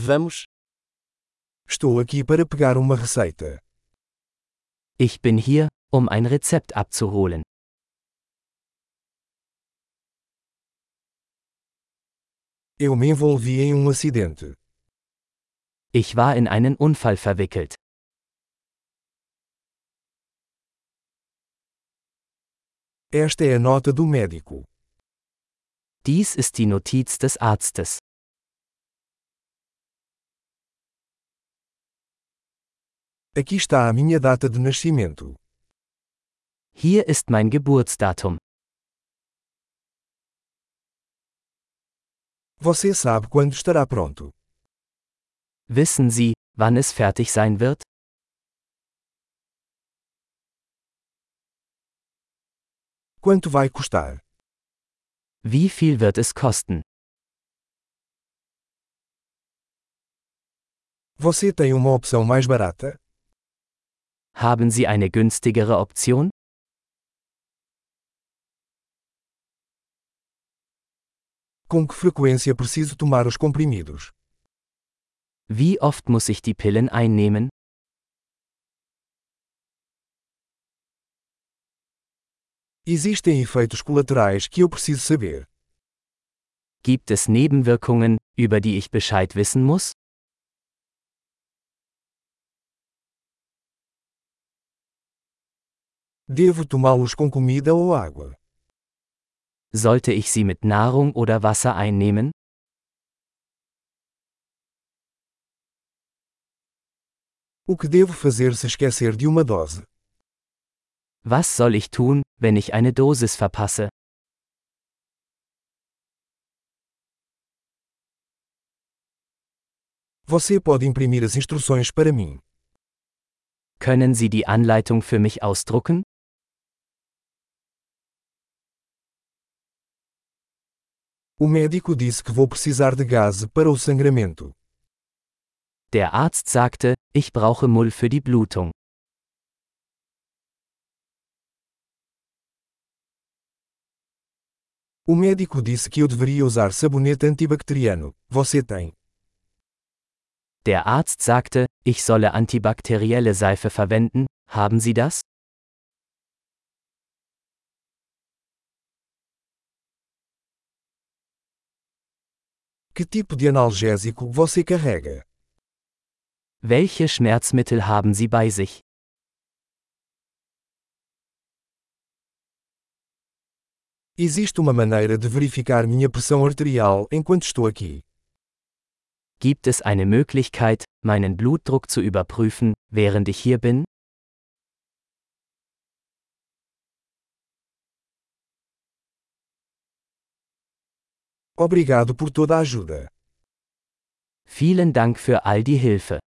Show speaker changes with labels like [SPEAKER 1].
[SPEAKER 1] Vamos.
[SPEAKER 2] Estou aqui para pegar uma receita.
[SPEAKER 1] Ich bin hier, um ein Rezept abzuholen.
[SPEAKER 2] Eu me envolvi em um acidente.
[SPEAKER 1] Ich war in einen Unfall verwickelt.
[SPEAKER 2] Esta é a nota do médico.
[SPEAKER 1] Dies ist die Notiz des Arztes.
[SPEAKER 2] Aqui está a minha data de nascimento.
[SPEAKER 1] Hier ist mein Geburtsdatum.
[SPEAKER 2] Você sabe quando estará pronto.
[SPEAKER 1] Wissen Sie, wann es fertig sein wird?
[SPEAKER 2] Quanto vai custar?
[SPEAKER 1] Wie viel wird es kosten?
[SPEAKER 2] Você tem uma opção mais barata?
[SPEAKER 1] Haben Sie eine günstigere Option?
[SPEAKER 2] Com que frequência preciso tomar os comprimidos?
[SPEAKER 1] Wie oft muss ich die Pillen einnehmen?
[SPEAKER 2] Existem efeitos colaterais que eu preciso saber.
[SPEAKER 1] Gibt es Nebenwirkungen, über die ich Bescheid wissen muss?
[SPEAKER 2] Devo tomá-los com comida ou água?
[SPEAKER 1] Sollte ich sie mit Nahrung oder Wasser einnehmen?
[SPEAKER 2] O que devo fazer se esquecer de uma dose?
[SPEAKER 1] Was soll ich tun, wenn ich eine Dosis verpasse?
[SPEAKER 2] Você pode imprimir as instruções para mim.
[SPEAKER 1] Können Sie die Anleitung für mich ausdrucken?
[SPEAKER 2] O médico disse que vou precisar de gaze para o sangramento.
[SPEAKER 1] Der Arzt sagte, ich brauche Mull für die Blutung.
[SPEAKER 2] O médico disse que eu deveria usar sabonete antibacteriano. Você tem?
[SPEAKER 1] Der Arzt sagte, ich solle antibakterielle Seife verwenden, haben Sie das?
[SPEAKER 2] Que tipo de analgésico você carrega?
[SPEAKER 1] Welche Schmerzmittel haben Sie bei sich?
[SPEAKER 2] Existe uma maneira de verificar minha pressão arterial enquanto estou aqui.
[SPEAKER 1] Gibt es eine Möglichkeit, meinen Blutdruck zu überprüfen, während ich hier bin?
[SPEAKER 2] Obrigado por toda a ajuda.
[SPEAKER 1] Vielen Dank für all die Hilfe.